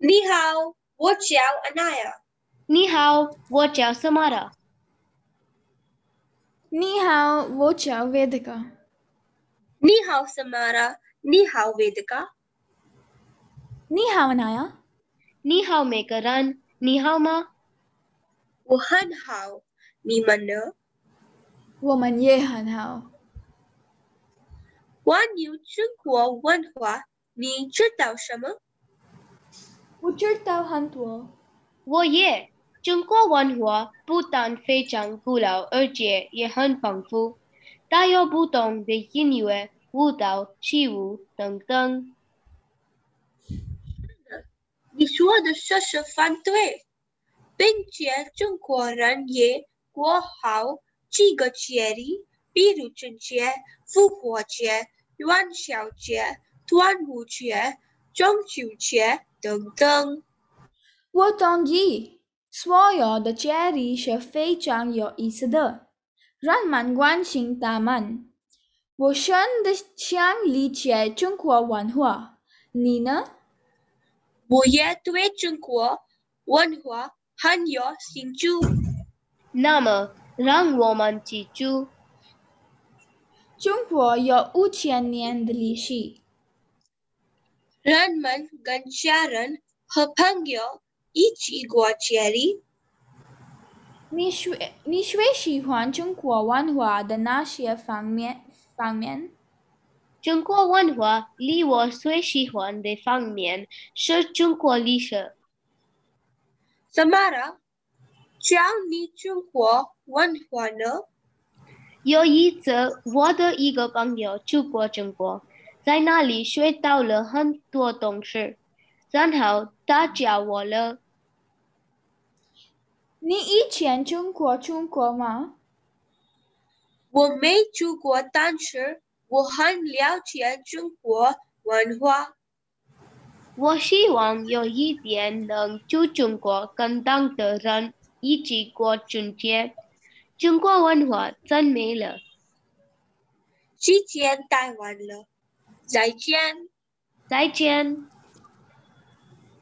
Ni hao, wo jiao anaya. Ni hao, wo jiao samara. Ni hao, wo jiao Vedika. Ni hao samara, ni hao vedika. Ni hao Anaya. Ni hao make a run. Ni hao ma. Wo han hao, ni man ne. 我们也很好。 Wan yu zhen guo wan hua, ni zhi dao shema? 我知道很多。我也，中国文化不但非常古老，而且也很丰富，带有不同的音乐、舞蹈、器物等等。你说的事是反对，并且中国人也过好几个节日，比如春节、复活节、元宵节、端午节、中秋节等等。我同意，所有的节日是非常有意思的，人们关心他们。我真的想理解中国文化，你呢？我也对中国文化很有兴趣。那么，让我们记住，中国有五千年的历史，人们跟家人和朋友一起过节日。你最你最喜欢中国文化的哪些方面？方面？中国文化离我最喜欢的方面是中国历史。 Samara，教你中国文化呢？有一次，我的一个朋友去过中国，在那里学到了很多东西，然后他教我了。你以前中国中国吗？我没去过，但是我很了解中国文化。我希望有一天能去中国跟当地人一起过春节。中国文化真美了，时间太晚了，再见。再见。